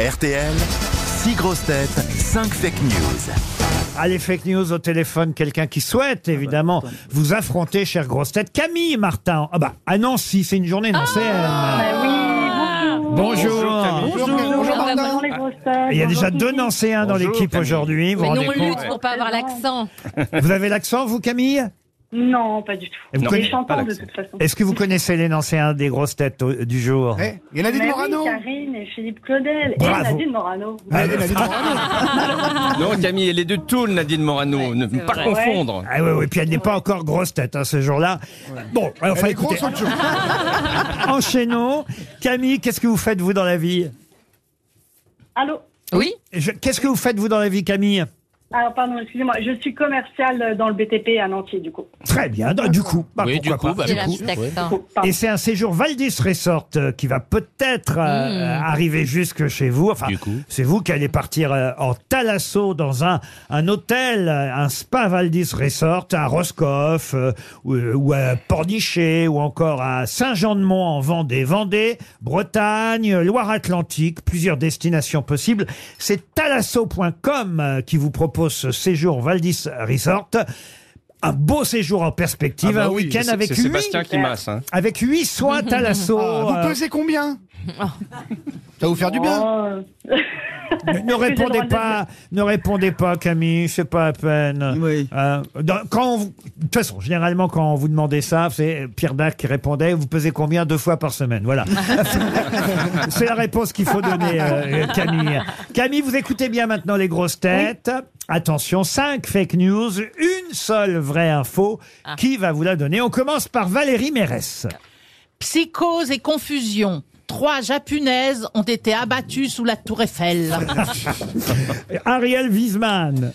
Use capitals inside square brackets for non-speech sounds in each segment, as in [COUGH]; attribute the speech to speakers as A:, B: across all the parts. A: RTL, 6 grosses têtes, 5 fake news.
B: Allez, Ah, fake news au téléphone, quelqu'un qui
C: Ah bah,
B: souhaite évidemment vous affronter, chère grosse tête. Camille Martin, ah bah, à Nancy, c'est une journée nancéenne.
D: Ah bah
B: Bonjour.
E: Bonjour les grosses têtes.
B: Il y a
E: Bonjour
B: déjà
E: Kiki.
B: deux Nancéens dans l'équipe aujourd'hui. Vous,
D: Mais
B: vous
D: non,
B: rendez
D: on
B: compte
D: lutte pour pas avoir l'accent.
B: vous avez l'accent, vous, Camille
E: Non, pas du tout.
B: Et vous
E: Les
B: connaissez
E: chantants
F: pas
E: de
F: l'accent.
E: toute façon.
B: Est-ce que vous connaissez les Nancéens des grosses têtes au- du jour
C: Eh, il y en a des
E: Mais oui,
C: Morano
E: Karine et Philippe Claudel et
B: Bravo.
E: Nadine Morano.
B: Ah,
C: Il y en a des Morano
F: Non, Camille, elle est de Toul, Nadine Morano. ne
D: c'est
F: pas
D: vrai.
F: confondre.
B: Ah oui, oui, puis elle n'est pas encore grosse tête hein, ce jour-là. Bon, alors, enfin,
C: Elle est
B: écoutez, euh,
C: grosse autre chose.
B: enchaînons. Camille, qu'est-ce que vous faites, vous, dans la vie
E: Allô
D: Oui
B: Je- Qu'est-ce que vous faites, vous, dans la vie, Camille
E: Alors, Ah, pardon, excusez-moi, je suis commerciale dans le BTP à Nancy, du coup.
B: Très bien, donc, du coup. bah,
G: Oui, du
B: pourquoi
G: coup,
B: pas.
G: bah,
D: J'ai
G: du
D: un
G: coup,
D: petit accent.
E: Oh, pardon.
B: Et c'est un séjour Valdis Resort euh, qui va peut-être euh,
E: Hmm.
B: arriver jusque chez vous. Enfin,
G: Du coup.
B: c'est vous qui allez partir euh, en Talasso dans un, un hôtel, euh, un spa Valdis Resort à Roscoff euh, ou, euh, ou à Pornichet ou encore à Saint-Jean-de-Mont en Vendée. Vendée, Bretagne, Loire-Atlantique, plusieurs destinations possibles. C'est talasso.com euh, qui vous propose ce séjour Valdis Resort. Un beau séjour en perspective,
F: Ah bah
B: un
F: oui,
B: week-end
F: c'est-
B: avec
F: C'est
B: huit
F: Sébastien qui masse. hein.
B: avec 8 soins Talasso.
C: [LAUGHS] Ah, Vous
B: euh,
C: pesez combien Ça va vous faire du bien.
E: Oh.
B: ne- ne répondez pas, ne répondez pas, Camille, c'est pas à peine.
C: Oui.
B: Euh, dans- quand on vous- de toute façon, généralement, quand on vous demandait ça, c'est Pierre Dac qui répondait Vous pesez combien Deux fois par semaine.
C: [LAUGHS]
B: Voilà. c'est la réponse qu'il faut donner, euh, Camille. Camille, vous écoutez bien maintenant les grosses têtes. Attention, 5 fake news, une seule vraie info.
C: Ah.
B: Qui va vous la donner On commence par Valérie Mérès.
H: Psychose et confusion. Trois japonaises ont été abattues sous la tour Eiffel.
B: Ariel Wiesman.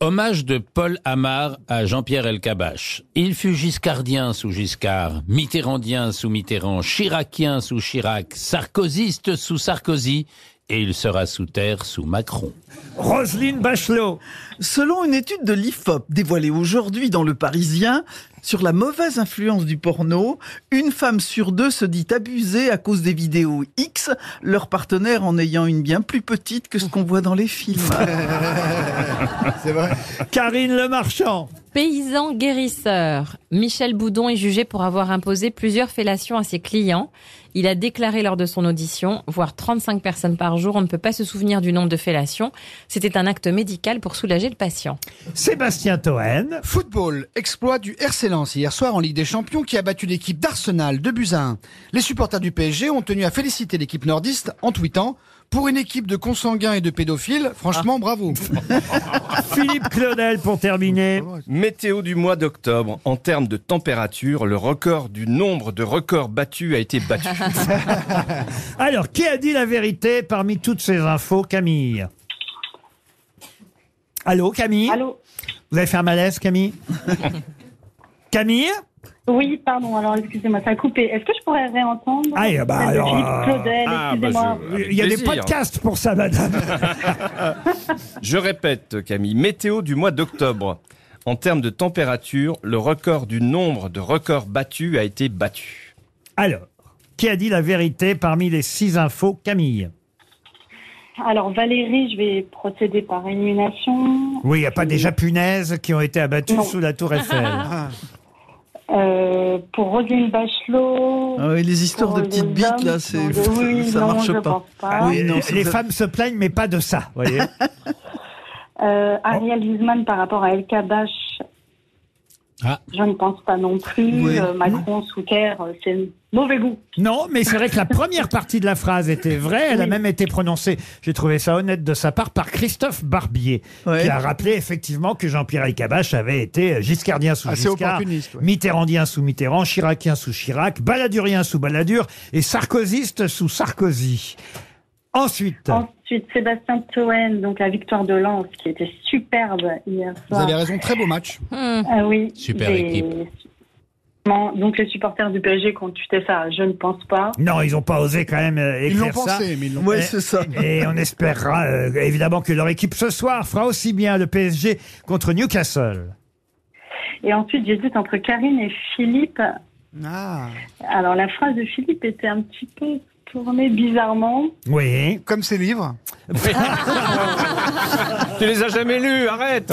G: Hommage de Paul Amar à Jean-Pierre Elkabach. Il fut giscardien sous Giscard, mitterrandien sous Mitterrand, chiracien sous Chirac, sarkozyste sous Sarkozy, et il sera sous terre sous Macron.
B: Roselyne Bachelot.
I: Selon une étude de l'IFOP dévoilée aujourd'hui dans Le Parisien, sur la mauvaise influence du porno, une femme sur deux se dit abusée à cause des vidéos X, leur partenaire en ayant une bien plus petite que ce qu'on voit dans les films.
C: C'est vrai.
B: Karine Le Marchand.
D: Paysan guérisseur. Michel Boudon est jugé pour avoir imposé plusieurs fellations à ses clients. Il a déclaré lors de son audition, voir 35 personnes par jour, on ne peut pas se souvenir du nombre de fellations. C'était un acte médical pour soulager le patient.
B: Sébastien Toen.
C: [LAUGHS] Football, exploit du RC Lens hier soir en Ligue des Champions qui a battu l'équipe d'Arsenal de buts à un. Les supporters du PSG ont tenu à féliciter l'équipe nordiste en tweetant Pour une équipe de consanguins et de pédophiles, franchement
I: Ah.
C: bravo.
B: Philippe Claudel pour terminer.
F: Météo du mois d'octobre. En termes de température, le record du nombre de records battus a été battu.
B: Alors, qui a dit la vérité parmi toutes ces infos, Camille Allô, Camille
E: Allô
B: Vous avez fait un malaise, Camille Camille
E: Oui, pardon, alors excusez-moi, ça a coupé. Est-ce que je pourrais réentendre
B: Ah, et bah,
E: celle de
B: alors, euh,
E: Philippe Claudel, [LAUGHS]
F: ah, bah,
E: excusez-moi.
F: je- Avec
B: Il y a des
F: plaisir.
B: podcasts pour ça, madame.
F: Je répète, Camille, météo du mois d'octobre. En termes de température, le record du nombre de records battus a été battu.
B: Alors, qui a dit la vérité parmi les six infos, Camille
E: Alors, Valérie, je vais procéder par élimination.
B: Oui, il n'y a pas des japonaises qui ont été abattues
E: Non.
B: sous la tour Eiffel.
I: Ah.
E: Euh, pour Roselyne Bachelot.
I: Ah oui, les histoires
E: pour
I: de
E: les
I: petites bites,
E: hommes,
I: là, c'est-
E: non, de- oui,
I: [LAUGHS] ça
E: non,
I: marche
E: je
I: pas.
E: pense
I: Ah oui. non, c'est
B: les
I: vrai.
B: femmes se plaignent, mais pas de ça, vous voyez
E: Euh, Ariel Wiesman par rapport à El Kabash,
G: Ah.
E: je ne pense pas non plus.
I: Ouais.
E: Euh, Macron sous terre, euh, c'est mauvais goût.
B: Non, mais c'est vrai que la première partie de la phrase était vraie. Elle a même été prononcée, j'ai trouvé ça honnête de sa part, par Christophe Barbier,
I: Ouais.
B: qui a rappelé effectivement que Jean-Pierre Elkabach avait été euh, giscardien sous
C: Assez
B: Giscard,
C: Ah, opportuniste, ouais.
B: mitterrandien sous Mitterrand, chiracien sous Chirac, baladurien sous Balladur et sarkozyste sous Sarkozy. Ensuite,
E: Ensuite, Sébastien Toen, donc la victoire de Lens, qui était superbe hier
C: Vous
E: soir.
C: avez raison, très beau match.
D: Hmm.
E: Ah oui.
G: Super
E: des-
G: équipe.
E: Non, donc les supporters du PSG qui ont tuté ça, je ne pense pas.
B: non, ils n'ont pas osé quand même euh,
C: Ils l'ont
B: écrire ça.
C: pensé, mais ils l'ont
I: Ouais, c'est ça.
B: Et on espérera euh, évidemment que leur équipe ce soir fera aussi bien le PSG contre Newcastle.
E: Et ensuite, j'hésite entre Karine et Philippe.
C: Ah.
E: Alors la phrase de Philippe était un petit peu tourné bizarrement.
B: Oui.
C: Comme ses livres.
F: Tu les as jamais lus, arrête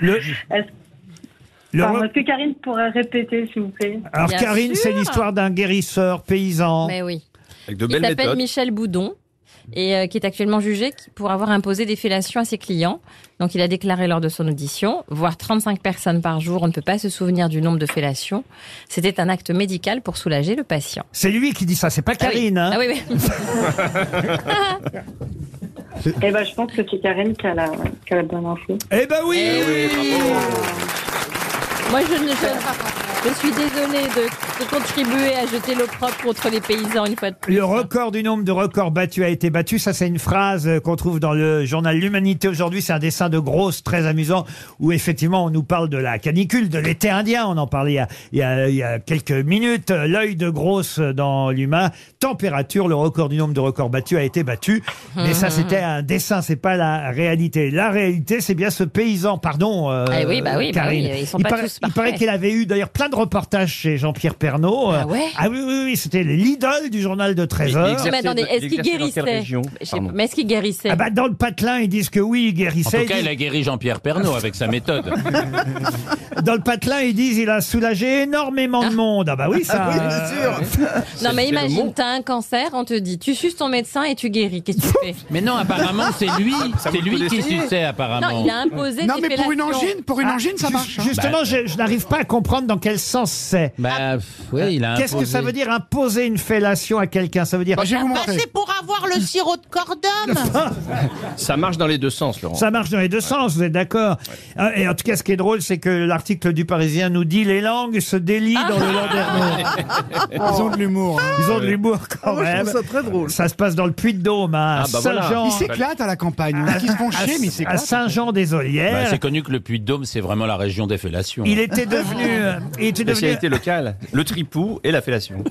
B: Le,
E: Est-ce
B: le
E: pardon,
B: re-
E: est-ce que Karine pourrait répéter, s'il vous plaît
B: Alors
D: Bien
B: Karine,
D: sûr.
B: c'est l'histoire d'un guérisseur paysan.
D: Mais oui.
F: Avec de
D: Il
F: belles
D: s'appelle
F: méthodes.
D: Michel Boudon et euh, qui est actuellement jugé qui- pour avoir imposé des fellations à ses clients. Donc il a déclaré lors de son audition, voir 35 personnes par jour, on ne peut pas se souvenir du nombre de fellations. C'était un acte médical pour soulager le patient.
B: C'est lui qui dit ça, c'est pas Karine.
D: Ah
B: hein.
D: oui, oui. [LAUGHS]
E: Eh ben, je pense que c'est Karine qui a la, qui a la bonne info.
B: Eh ben oui,
D: Eh
B: oui.
D: Moi, je, ne, je, je suis désolée de, de contribuer à jeter l'opprobre contre les paysans une fois de plus.
B: Le record du nombre de records battus a été battu. Ça, c'est une phrase euh, qu'on trouve dans le journal L'Humanité aujourd'hui. C'est un dessin de grosse très amusant où effectivement on nous parle de la canicule, de l'été indien. On en parlait il y a, il y a- il y a quelques minutes. Euh, L'œil de grosse dans l'humain. Température, le record du nombre de records battus a été battu. Mais ça, c'était un dessin, c'est pas la réalité. La réalité, c'est bien ce paysan, pardon, euh,
D: Eh oui, bah oui, bah
B: Karine.
D: oui, ils sont
B: il
D: pas
B: paraît,
D: tous
B: il paraît
D: parfaits.
B: qu'elle avait eu d'ailleurs plein de reportages chez Jean-Pierre Pernaud.
D: Ah ouais
B: Ah oui, oui, oui, c'était l'idole du journal de 13 heures.
F: exerçait-
D: Mais attendez, est-ce qu'il
F: il exerçait dans
D: guérissait
F: quelle région
D: Je sais
F: Pardon.
D: pas, Mais est-ce qu'il guérissait
B: Ah bah, dans le patelin, ils disent que oui, il
G: En
B: guérissait.
G: tout cas,
B: Ils
G: il a guéri Jean-Pierre Pernaud avec sa méthode.
B: disent- Dans le patelin, ils disent il a soulagé énormément de monde. Ah bah oui, ça.
I: Ah oui,
B: euh,
I: bien sûr.
D: Non, mais
F: c'est le
D: imagine,
F: mot.
D: t'as un cancer, on te dit, tu suces ton médecin et tu guéris. Qu'est-ce que tu fais
G: Mais non, apparemment, c'est lui,
F: ça
G: c'est
F: vaut le
G: lui
F: coup
G: qui
F: d'essayer.
G: suçait apparemment.
D: Non, il a imposé
C: Non,
D: des
C: mais pour une
D: fellations.
C: angine, pour une angine, ça
B: ju-
C: marche. hein.
B: Justement,
G: Bah,
B: je, je n'arrive pas à comprendre dans quel sens c'est.
D: Ah.
G: Bah, pff, ouais, il a
B: Qu'est-ce que
G: imposé.
B: ça veut dire imposer une fellation à quelqu'un Ça veut dire
C: Bah, je vais vous
H: Bah,
C: montrer.
H: c'est pour avoir le sirop de cordon.
F: Ça marche dans les deux sens, Laurent.
B: Ça marche dans les deux sens, vous êtes d'accord Ah, Et en tout cas, ce qui est drôle, c'est que l'article du Parisien nous dit les langues se délient dans le Landerneau.
G: [LAUGHS]
C: Ils ont de l'humour. hein.
B: Ils ont de l'humour
I: Ah,
B: quand
I: moi, je
B: même.
I: trouve ça très drôle.
B: Ça se passe dans le Puy-de-Dôme, hein, à
F: Ah, bah voilà.
B: Saint-Jean.
C: Ils s'éclatent à la campagne. hein. Ils se font chier, mais ils
B: à
C: s'éclatent.
G: Bah,
B: Saint-Jean-des-Olières.
G: c'est connu que le Puy-de-Dôme, c'est vraiment la région des fellations.
B: Eh. Il était devenu, euh, il était devenu,
F: Spécialité locale, le tripou et la fellation.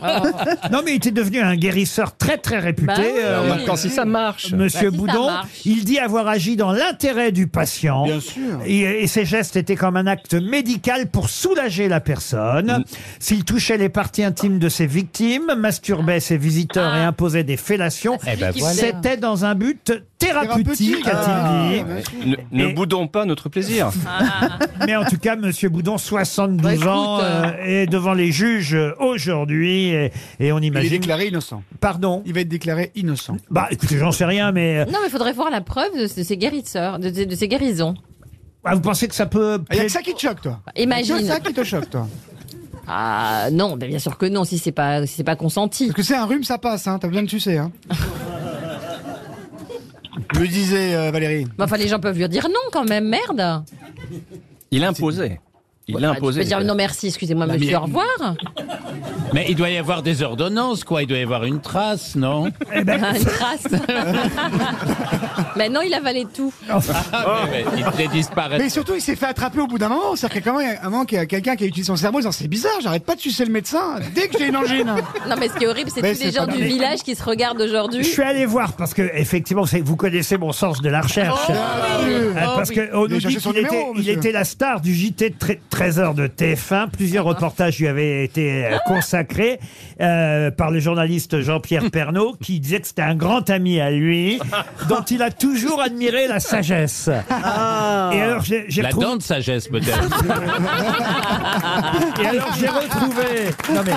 B: non mais il était devenu un guérisseur très très réputé.
D: Bah oui.
B: euh,
F: Alors maintenant, si ça marche,
B: Monsieur
D: Bah, si ça
B: Boudon,
D: marche.
B: il dit avoir agi dans l'intérêt du patient.
C: Bien sûr.
B: Et, et ses gestes étaient comme un acte médical pour soulager la personne. S'il touchait les parties intimes de ses victimes, masturbait ses
D: Ah.
B: visiteurs et imposait des fellations,
G: Eh ben
D: Qui
G: voilà.
D: sait-
B: c'était dans un but thérapeutique,
C: Thérapeutique, Ah,
B: a-t-il
D: Ah,
B: dit.
F: ne, ne
B: Et-
F: boudons pas notre plaisir.
B: Mais en tout cas, Monsieur Boudon, 72 ans, euh, est devant les juges euh, aujourd'hui et, et on
C: Il est
B: imagine.
C: déclaré innocent.
B: Pardon.
C: Il va être déclaré innocent.
B: Bah, écoutez, j'en sais rien, mais euh,
D: Non, mais il faudrait voir la preuve de ces guérisseurs, de, de- de ces guérisons.
B: ah, vous pensez que ça peut
C: Il y a que ça qui te choque, toi. C'est
D: Imagine.
C: ça qui te choque, toi.
D: Ah non, ben, bien sûr que non, si c'est pas, si c'est pas consenti.
C: Parce que c'est un rhume, ça passe, hein. T'as besoin de sucer, hein. Me disait euh, Valérie.
D: Mais enfin, les gens peuvent lui dire non quand même, merde.
F: Il imposait. Il
D: Enfin,
F: imposait.
D: Tu peux dire non merci, excusez-moi,
G: Bah, mais-
D: monsieur, au revoir.
G: Mais il doit y avoir des ordonnances, quoi. Il doit y avoir une trace, non
B: Oh.
D: Ah, Une trace. [LAUGHS] Maintenant, il avalait tout.
G: Ah, mais- mais Il devait disparaître.
C: Mais surtout, il s'est fait attraper au bout d'un moment. C'est-à-dire que quand même, à un moment, qu'il y a quelqu'un qui a utilisé son cerveau, il dit, c'est bizarre, j'arrête pas de sucer le médecin dès que j'ai
I: [LAUGHS]
C: une angine.
D: Non, mais ce qui est horrible, c'est
C: Mais
D: tous les
C: c'est
D: gens
C: pas-
D: du
C: mais-
D: village qui se
B: Je
D: regardent aujourd'hui.
B: suis allé voir parce que effectivement, vous savez- vous connaissez mon sens de la recherche.
C: Ah,
I: Ah
B: Euh, parce que on nous
C: Il a
B: dit
C: cherché son
B: qu'il était,
C: numéro,
B: il
C: monsieur.
B: était la star du JT de 13h de TF1. Plusieurs reportages lui avaient été euh, consacrés euh, par le journaliste Jean-Pierre Pernaud qui disait que c'était un grand ami à lui dont il a toujours admiré la sagesse. Et alors j'ai j'ai
G: La
B: retrouvé-
G: dent de sagesse, peut-être.
B: Et alors j'ai retrouvé. Non mais.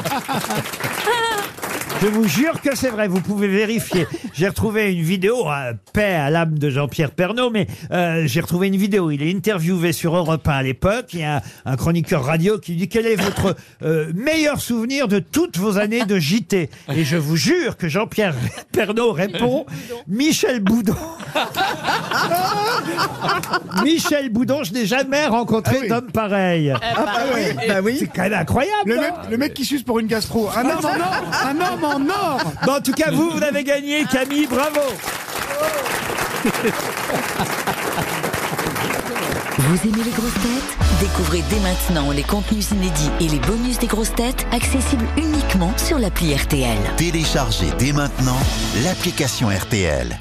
B: Je vous jure que c'est vrai, vous pouvez vérifier. J'ai retrouvé une vidéo, euh, paix à l'âme de Jean-Pierre Pernaud, mais euh, j'ai retrouvé une vidéo. Il est interviewé sur Europe 1 à l'époque. Il y a un, un chroniqueur radio qui dit quel est votre euh, meilleur souvenir de toutes vos années de JT. Et je vous jure que Jean-Pierre Pernaud répond Michel Boudon. Michel Boudon, je n'ai jamais rencontré
C: Ah oui.
B: d'homme pareil.
I: Ah oui, bah oui.
B: C'est quand même incroyable.
C: Le
B: hein
C: mec, le mec qui suce pour une gastro. Un homme en or Un homme en or
B: Bon, en tout cas, vous, vous avez gagné, Camille, bravo.
J: Vous aimez les grosses têtes Découvrez dès maintenant les contenus inédits et les bonus des grosses têtes accessibles uniquement sur l'appli RTL.
A: Téléchargez dès maintenant l'application RTL.